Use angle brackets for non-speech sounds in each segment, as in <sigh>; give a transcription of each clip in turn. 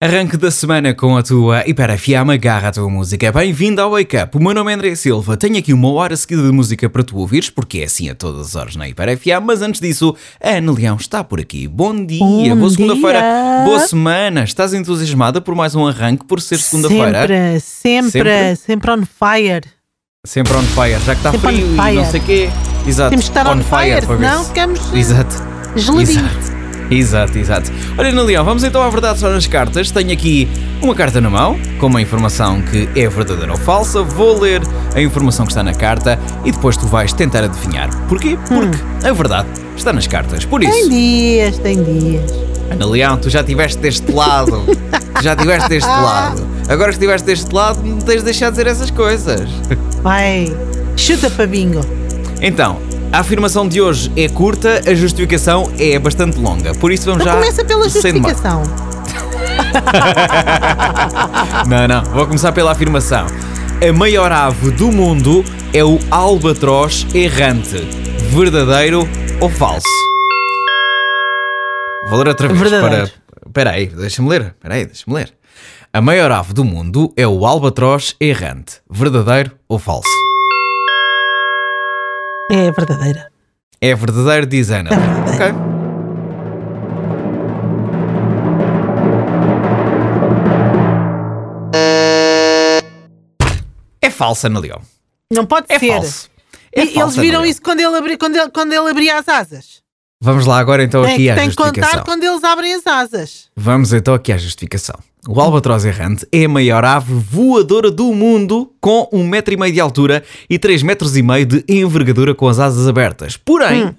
Arranque da semana com a tua Hiper FM, agarra a tua música. Bem-vindo ao Wake Up. O meu nome é André Silva. Tenho aqui uma hora seguida de música para tu ouvires, porque é assim a todas as horas na Hiper FM. Mas antes disso, a Ana Leão está por aqui. Bom dia, Bom boa segunda-feira, dia. boa semana. Estás entusiasmada por mais um arranque, por ser segunda-feira? é? Sempre, sempre, Sempre? sempre, on fire. Sempre. on fire, já que está Sempre on frio e fire. não sei o quê. Exato, Temos que estar on, fire, para ver senão se- ficamos eh, Exato. geladinhos. Exato, exato. Olha, Ana Leão, vamos então à verdade só nas cartas. Tenho aqui uma carta na mão, com uma informação que é verdadeira ou falsa. Vou ler a informação que está na carta e depois tu vais tentar adivinhar. Porquê? Hum. Porque a verdade está nas cartas. Por Tem isso, dias, tem dias. Ana Leão, tu já estiveste deste lado. tu já estiveste <laughs> deste Ah. lado. Agora que estiveste deste lado, não tens de deixar de dizer essas coisas. Vai, chuta para bingo. Então, a afirmação de hoje é curta, a justificação é bastante longa. Por isso vamos Então já. começa pela sem demora. justificação. Não, não, vou começar pela afirmação. A maior ave do mundo é o albatroz errante. Verdadeiro ou falso? Vou ler outra vez. Verdadeiro. Para... Peraí, deixa-me ler. Peraí, deixa-me ler. A maior ave do mundo é o albatroz errante. Verdadeiro ou falso? É verdadeira. É verdadeiro, diz Ana. É verdadeiro. Ok. É falsa, Ana Leão. Não pode É ser. falso. É E Eles falso, viram Ana Leão. isso quando ele, abri, quando, ele, quando ele abria as asas. Vamos lá agora então Tem- aqui à tem É que justificação. contar quando eles abrem as asas. Vamos então aqui à justificação. O albatroz errante é a maior ave voadora do mundo, com um metro e meio de altura e 3 metros e meio de envergadura com as asas abertas. Porém, Hum.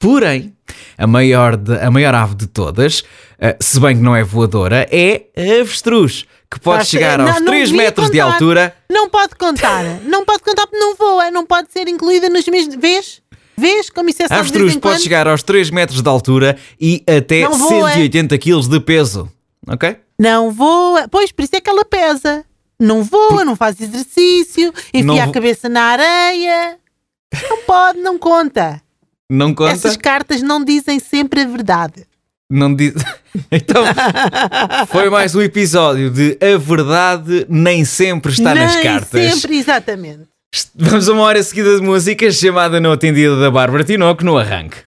porém, a maior, de- a maior ave de todas, eh, se bem que não é voadora, é a avestruz, que pode Acho- chegar não, aos Tá não 3 devia metros de contar. altura. Não pode contar. não pode contar porque não voa. Não pode ser incluída nos mesmos. Vês? Vês como isso é só A de avestruz vez em pode quando? chegar aos 3 metros de altura e até Não voa. 180 kg de peso. Ok? Não voa. Pois, por isso é que ela pesa. Não voa, não faz exercício, Não enfia vo- a cabeça na areia. Não pode, não conta. Não conta? Essas cartas não dizem sempre a verdade. Não diz. <laughs> então, foi mais um episódio de A Verdade Nem Sempre Está nas Nem Cartas. Sempre, exatamente. Vamos a uma hora seguida de músicas chamada Não Atendida da Bárbara Tinoco no arranque.